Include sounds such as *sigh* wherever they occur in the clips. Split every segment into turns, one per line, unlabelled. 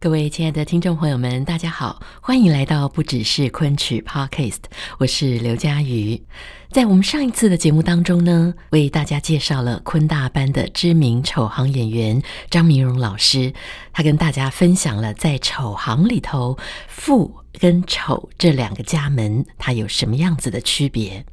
各位亲爱的听众朋友们，大家好，欢迎来到不只是昆曲 Podcast，我是刘佳瑜。在我们上一次的节目当中呢，为大家介绍了昆大班的知名丑行演员张明荣老师，他跟大家分享了在丑行里头富跟丑这两个家门，它有什么样子的区别。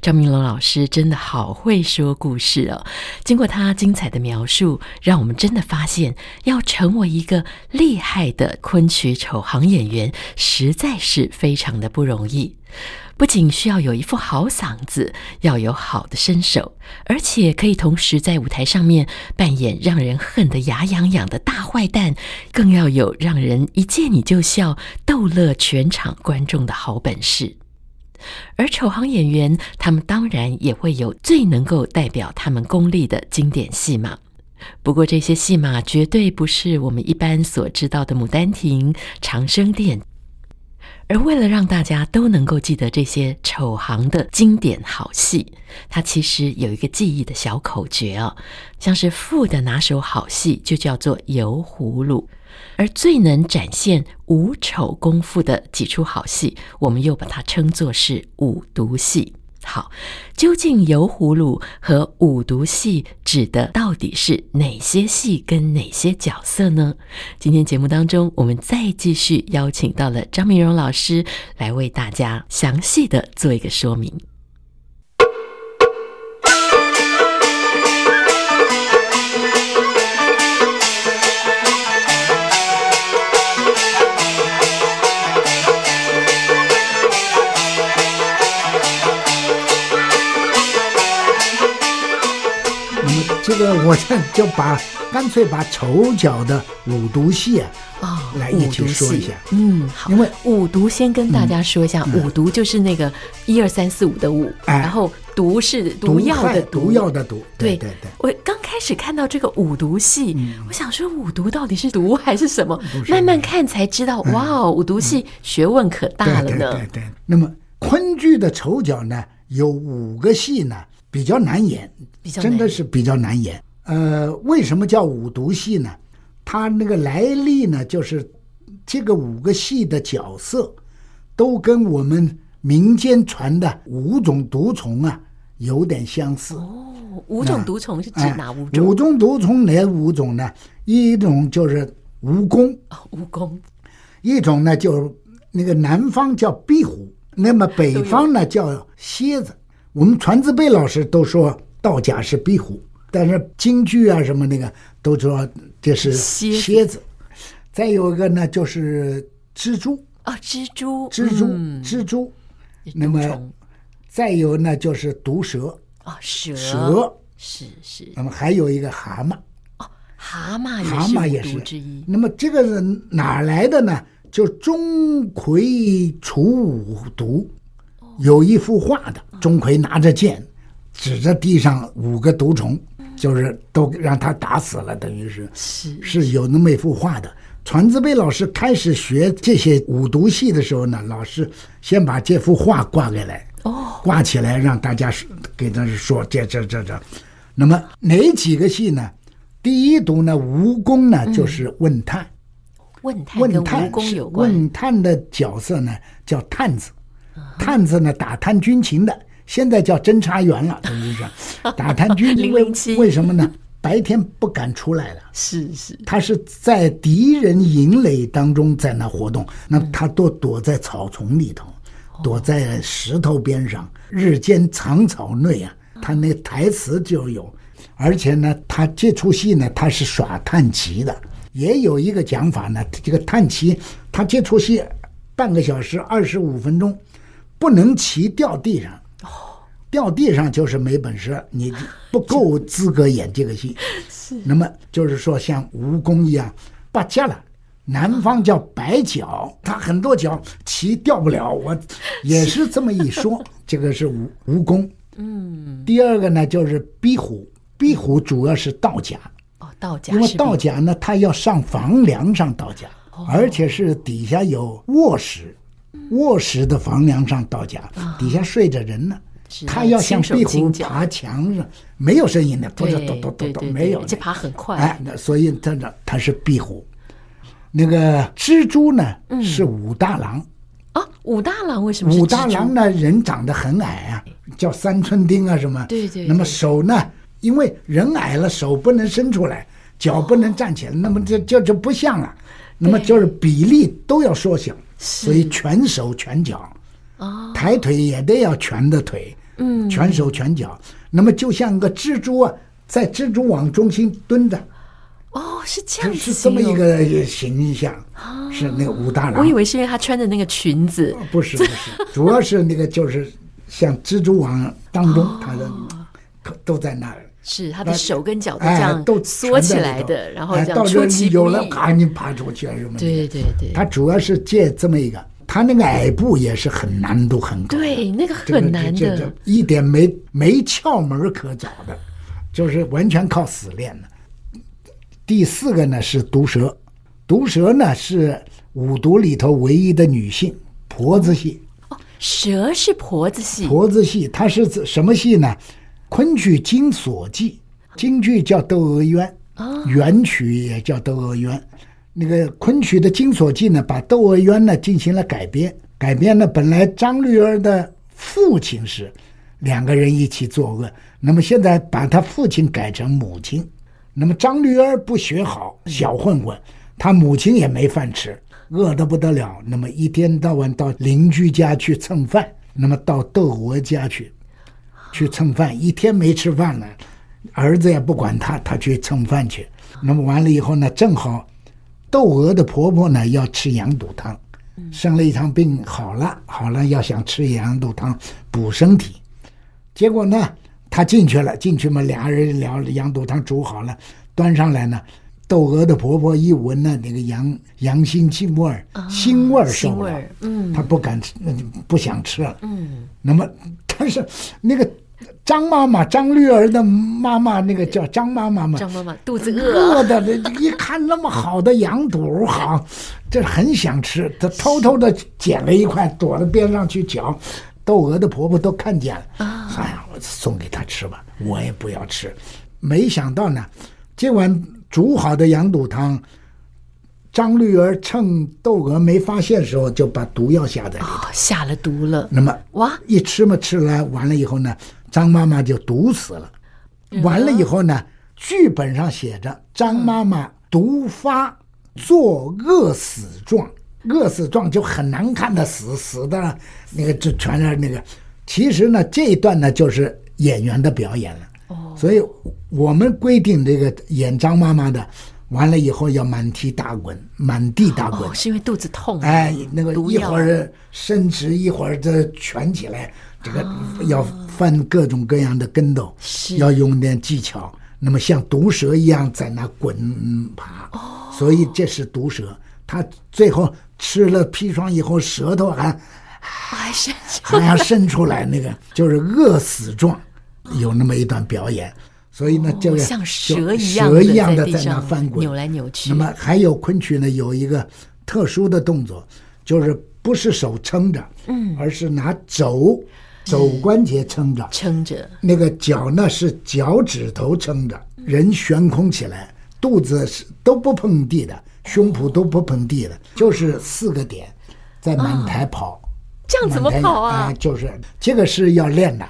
张明龙老师真的好会说故事哦！经过他精彩的描述，让我们真的发现，要成为一个厉害的昆曲丑行演员，实在是非常的不容易。不仅需要有一副好嗓子，要有好的身手，而且可以同时在舞台上面扮演让人恨得牙痒痒的大坏蛋，更要有让人一见你就笑、逗乐全场观众的好本事。而丑行演员，他们当然也会有最能够代表他们功力的经典戏码。不过，这些戏码绝对不是我们一般所知道的《牡丹亭》《长生殿》。而为了让大家都能够记得这些丑行的经典好戏，它其实有一个记忆的小口诀哦，像是副的拿手好戏就叫做油葫芦，而最能展现武丑功夫的几出好戏，我们又把它称作是五毒戏。好，究竟油葫芦和五毒戏指的到底是哪些戏跟哪些角色呢？今天节目当中，我们再继续邀请到了张明荣老师来为大家详细的做一个说明。
这个我这就把干脆把丑角的五毒戏啊，
啊、
来
五
一起
毒
说一
戏
下嗯
嗯，好，
因为
五毒先跟大家说一下，五毒就是那个一二三四五的五，
哎
然后毒是毒
毒
药
害
的
毒药的毒，对对对，嗯
我刚开始看到这个五毒戏，我想说五毒到底是毒还是什么？
是
慢慢看才知道，哇哦，五毒戏学问可大了
对对对
呢。
对。那么昆剧的丑角呢，有五个戏呢比较难演，
比较难
真的是比较难演。呃，为什么叫五毒戏呢？它那个来历呢，就是这个五个戏的角色都跟我们民间传的五种毒虫啊有点相似。
哦，五种毒虫是指
哎，
哪五种？
毒虫哪五种呢？一种就是蜈蚣，
哦蜈蚣、
一种呢就是那个南方叫壁虎，那么北方呢叫蝎子。我们传字辈老师都说道家是壁虎，但是京剧啊什么那个都说这是
蝎子
蝎子。再有一个呢就是蜘蛛，
哦，蜘蛛、
蜘蛛，
嗯
蜘蛛。
也是
那么
毒虫
再有呢就是毒蛇，
哦，蛇、
蛇。
是是，
那么还有一个蛤蟆。
蛤蟆
蛤蟆
也
也
是五
是
毒之一。
那么这个是哪来的呢？就钟馗除五毒，有一幅画的，钟馗拿着剑，指着地上五个毒虫，就是都让他打死了，等于是
是
是有那么一幅画的。传字辈老师开始学这些五毒戏的时候呢，老师先把这幅画挂给来，
哦，
挂起来让大家说给他说这这这这。那么哪几个戏呢？第一毒呢，蜈蚣呢就是问探，
问探
问
嗯哎跟蜈
探
蚣
是
有关。
问探的角色呢叫探子，
啊
探子呢打探军情的，现在叫侦查员了，等
*laughs*
于是打探军情。为
007
为什么呢？白天不敢出来了。
是是，
他是在敌人营垒当中在那活动，那么他都躲在草丛里头，躲在石头边上，日间藏草内啊。他那台词就有，而且呢，他这出戏呢，他是耍探棋的，也有一个讲法呢，这个探棋，他这出戏半个小时二十五分钟，不能棋掉地上，掉地上就是没本事，你不够资格演这个戏。
是
那么就是说，像蜈蚣一样，拔架了。南方叫白脚，它很多脚棋掉不了。我也是这么
*laughs*
一说，这个是蜈蜈蚣。
嗯，
第二个呢，就是壁虎，壁虎主要是道家，
哦，道家
因为
是
道
比
家呢，它要上房梁上道家，
哦
而且是底下有卧室，
嗯
卧室的房梁上道家，底下睡着人呢
啊是。
它要像
轻手
壁虎
轻脚
爬墙上，没有声音的，不是
对
咚咚
对
咚
对，
咚，没有
而
的，
且爬很快。
哎，那所以它呢，它是壁虎。那个蜘蛛呢，
嗯
是武大郎。
啊，武大郎为什么是
武
蜘
大
蛛
郎呢，人长得很矮啊，叫三寸丁啊什么。
对对
那么
对
手呢，因为人矮了，手不能伸出来，脚不能站起来，那么
哦
这这就不像了。那么就是比例都要缩小，所以全手全脚，
哦
抬腿也得要全的腿，嗯，全手全脚。那么就像个蜘蛛啊，在蜘蛛网中心蹲着，
哦，是这样子
是这么一
形容。哦
个形象，是那个哦武大郎。
我以为是因为他穿的那个裙子，
不是不
*laughs*
是，主要是那个就是像蜘蛛网当中，它的可都在那儿，
是哦他的手跟脚都这
哎
样，
都
缩起
缠在
来
里头
的，然后
哎
这样
到
出
这
其
你
不
有
意
了，。啪，你爬出去啊什么的。
对对对
它主要是借这么一个，它那个矮步也是很难度很高的，
对，那个
这个
很难
这这
的
这。一点没没窍门可找的，就是完全靠死练的。第四个呢是毒蛇，毒蛇呢是五毒里头唯一的女性婆子戏。
哦，蛇是婆子戏，
婆子戏，它是指什么戏呢？昆曲《金锁记》，京剧叫《窦娥冤》，元曲也叫《窦娥冤》。那个昆曲的《金锁记》呢，把《窦娥冤》呢进行了改编。改编呢，本来张绿儿的父亲是两个人一起作恶，那么现在把他父亲改成母亲。那么张绿儿不学好，小混混，他母亲也没饭吃，饿得不得了。那么一天到晚到邻居家去蹭饭，那么到窦娥家去，去蹭饭，一天没吃饭了，儿子也不管他，他去蹭饭去。那么完了以后呢，正好窦娥的婆婆呢要吃羊肚汤，生了一场病好了，好了要想吃羊肚汤补身体，结果呢，他进去了，进去嘛，俩人聊羊肚汤煮好了，端上来呢。窦娥的婆婆一闻呢，那个羊羊腥气味儿，腥味儿受
啊腥
不
味
了
儿，，嗯
她不敢吃，那就不想吃了。
嗯，
那么，但是那个张妈妈，张绿儿的妈妈，那个叫张妈妈嗯嘛，
张妈妈肚子饿，
饿的一看那么好的羊肚，好，这很想吃，她偷偷的捡了一块，躲到边上去嚼。窦娥的婆婆都看见了，哎呀，我送给她吃吧，我也不要吃。没想到呢，这碗煮好的羊肚汤，张绿儿趁窦娥没发现的时候，就把毒药下在里头。
哦，下了毒了，
那么
哇，
一吃嘛吃了，完了以后呢，张妈妈就毒死了。完了以后呢，剧本上写着张妈妈毒发作饿死状，饿死状就很难看的死，死的那个就全是那个。其实呢，这一段呢就是演员的表演了。所以我们规定这个演张妈妈的，完了以后要满地打滚，满地打滚
哦，。是因为肚子痛，
哎，那个
毒
一
药啊
会儿伸直，一会儿这蜷起来，这个要翻各种各样的跟斗，
啊是
要用点技巧。那么像毒蛇一样在那滚爬，
哦
所以这是毒蛇。它最后吃了砒霜以后，舌
*laughs*
头还
还是
还要伸出来，那个就是饿死状，有那么一段表演。所以呢，这个
哦像
就
蛇一样
蛇
的
一样
在
的
地
在那
上
翻滚，
扭来扭去
那么还有昆曲呢，有一个特殊的动作，就是不是手撑着，嗯，而是拿肘肘关节撑着，
撑着，
那个脚呢是脚趾头撑着，人悬空起来，肚子是都不碰地的，胸脯都不碰地的，就是四个点，在满台跑。
啊这样怎么
满台哎
跑啊？
就是这个是要练的，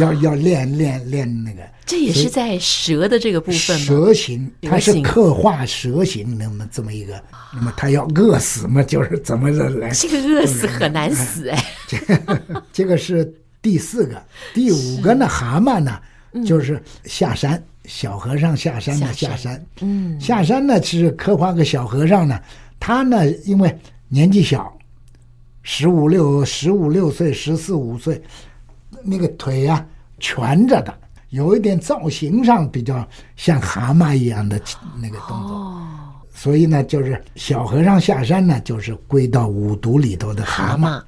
要要练练练那个。
这也是在蛇的这个部分吗？
蛇形，
蛇
它是
形
刻画蛇形，那么这么一个，那么它要饿死嘛，就是怎么着来？
这个饿死很难死哎， *laughs*
这个是第四个，第五个呢，蛤蟆呢，就是下山，小和尚下山的
嗯下山
下山，
嗯，
下山呢是刻画个小和尚呢，他呢因为年纪小，十五六、十五六岁、十四五岁，那个腿啊蜷着的，有一点造型上比较像蛤蟆一样的那个动作。
哦，
所以呢，就是小和尚下山呢，就是归到五毒里头的
蛤
蛤蟆。
蟆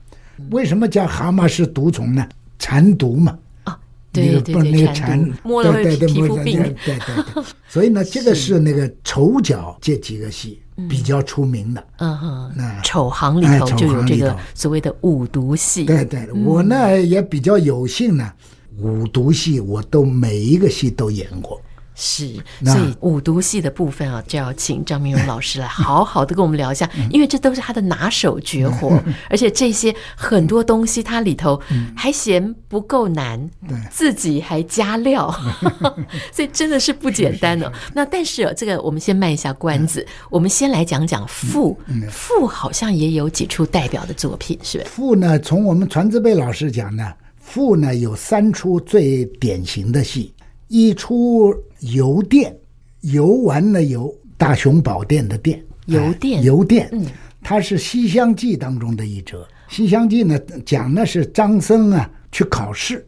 为什么叫蛤蟆是毒虫呢？蟾毒嘛，
啊，
那
对
个
对
不那
对，
个
缠
蟾
毒，摸了
对
会
对对，
皮
摸
肤
着
病
对。对对
*laughs*
对。所以呢，这个是那个丑角这几个戏比较出名的。
嗯哼
那，
丑行里
哎
头
丑
就有
行
这
里
个
头
所谓的五毒戏。
对对，
嗯
我呢也比较有幸呢，五毒戏我都每一个戏都演过。
是，
那
所以五毒戏的部分啊，就要请张明荣老师来好好的跟我们聊一下，
嗯
因为这都是他的拿手绝活， *laughs* 而且这些很多东西他里头嗯还嫌不够难，
对
自己还加
*laughs*
料，所以真的是不简单哦。那但是哦这个我们先卖一下关子，
嗯
我们先来讲讲傅，傅好像也有几出代表的作品，是吧？
赋呢，从我们传字辈老师讲呢，赋呢有三出最典型的戏，一出游殿，游玩呢有大雄宝殿的殿，
游殿
哎游殿，它是《西厢记》当中的一折。《西厢记》呢讲的是张僧啊去考试，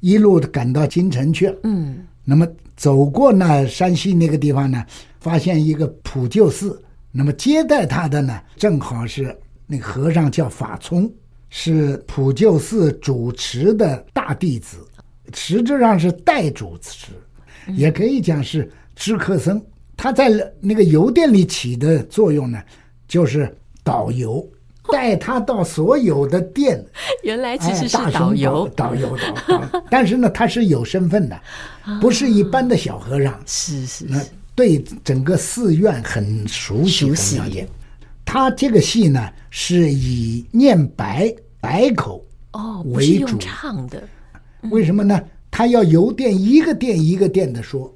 一路赶到金城去了，
嗯，
那么走过呢山西那个地方呢，发现一个普救寺，那么接待他的呢，正好是那个和尚叫法聪，是普救寺主持的大弟子，实质上是代主持，也可以讲是知客僧。他在那个游店里起的作用呢，就是导游，带他到所有的店。
原来其
哎，
实是
大
导
雄
游，
导游导导， *laughs* 但是呢，他是有身份的，
啊
不是一般的小和尚，
是是
那
是，
对整个寺院很熟悉、
熟
很
悉
了解。他这个戏呢，是以念白白口，
哦，不是
为
用
主
唱的。
为什么呢？他要由店一个店一个店的说，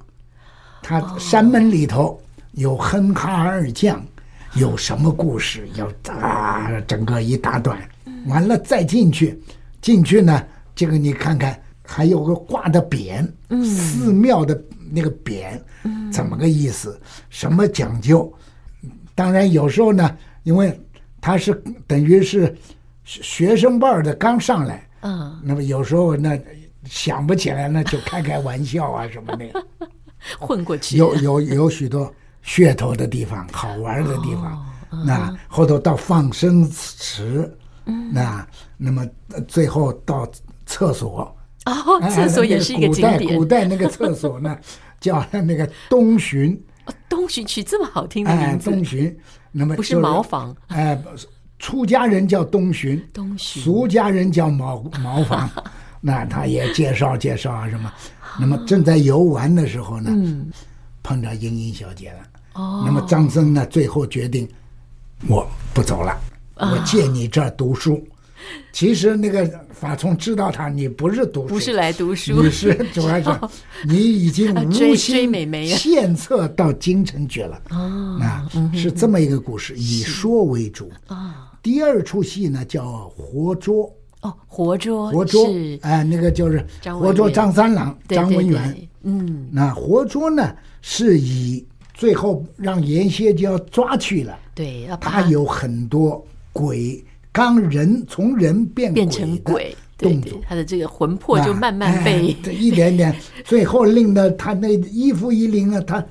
他山门里头有哼哈二将，有什么故事，有啊，整个一大段，完了再进去，进去呢，这个你看看，还有个挂的匾，寺庙的那个匾，怎么个意思？什么讲究？当然有时候呢，因为他是等于是学学生辈儿的刚上来，
嗯，
那么有时候那想不起来呢，就开开玩笑啊什么的，
*laughs* 混过去，
有有有许多噱头的地方，好玩的地
哦
方。
嗯
那后头到放生池，
嗯
那那么呃最后到厕所，
哦，
哎
厕所也是一个景
那个古
点。
代古代那个厕
*laughs*
所呢，叫那个东巡，
哦东巡区这么好听的
哎，
名字，
东巡，那么
不是
就
茅房，
哎，不是出家人叫东巡，
东巡
俗家人叫茅茅
*laughs*
房，那他也介绍介绍啊什么。那么正在游玩的时候呢，碰着英英小姐了。
嗯哦
那么张僧呢，最后决定，我不走了，
啊
我借你这儿读书。其实那个法聪知道他，你不是读书，
不是来读书
你，是主要是你已经
啊追
无
追
心
美眉啊哦嗯
献策到京城去了啊，是这么一个故事，以说为主
啊。
第二出戏呢叫活捉，
*laughs* 哦，活捉，
活捉
是，
哎，那个就是
张文
活捉
元
张三郎、
对
张
对
文
对
元。
嗯，
那活捉呢是以最后让阎蝎就要抓去了，
对，要把
他有很多鬼，刚人从人变
变成
鬼
鬼
的，
对
动
对
作，。
他的这个魂魄就
啊
慢慢被
哎，对一点点，最后令的他那一夫一灵啊，他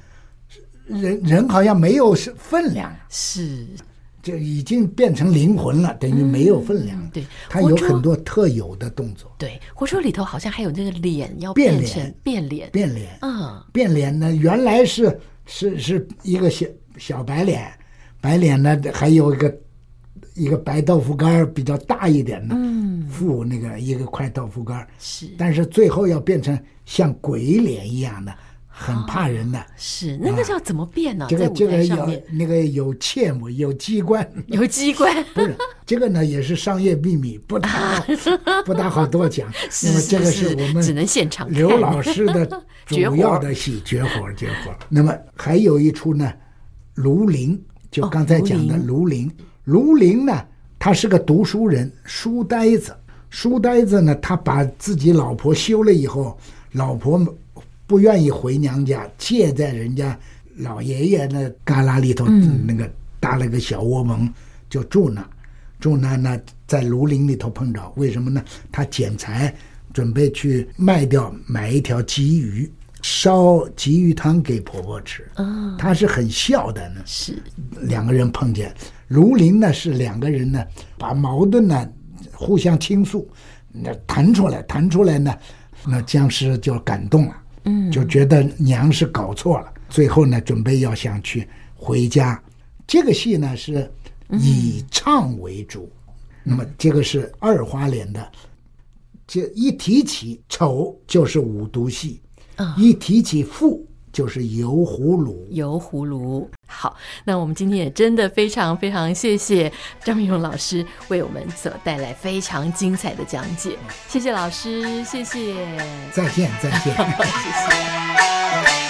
人人好像没有是分量，
*laughs* 是，
就已经变成灵魂了，等于没有分量了。
嗯对
他
活
有
捉
很多特有的动作，
对，活捉里头好像还有那个脸要
变
变
脸
成变脸，
变脸，
嗯，
变脸呢，原来是是是一个小小白脸，白脸呢还有一个一个白豆腐干儿比较大一点的，嗯，附那个一个块豆腐干儿，
是
但是最后要变成像鬼脸一样的，很怕人的。
是，那个叫怎么变呢？
啊这个
哦在舞
这
台
个
上
有
面
那个有切母有机关，
有机关，*laughs*
不是这个呢也是商业秘密，不大不大好多讲。
是
那么这个
是
我
只
们
能现场看。
刘老师的
*laughs* 绝活
主要的戏绝活绝活。那么还有一出呢，卢林，就
哦
刚才讲的卢林。卢林呢，他是个读书人，书呆子。书呆子呢，他把自己老婆休了以后，老婆不愿意回娘家，借在人家老爷爷那旮旯里头，
嗯
那个搭了个小窝棚，就住那。住那呢，在庐陵里头碰着，为什么呢？他捡柴准备去卖掉，买一条鲫鱼，烧鲫鱼汤给婆婆吃。
啊，
她是很孝的呢。
是
两个人碰见，卢林呢是两个人呢把矛盾呢互相倾诉，那谈出来，谈出来呢，那僵尸就感动了，嗯，就觉得娘是搞错了，最后呢准备要想去回家。这个戏呢是以唱为主，那么这个是二花脸的，这一提起丑就是五毒戏，
啊
一提起富就是油葫芦。
油葫芦。好，那我们今天也真的非常非常谢谢张勇老师为我们所带来非常精彩的讲解，谢谢老师，谢谢，
再见，再见。
谢谢。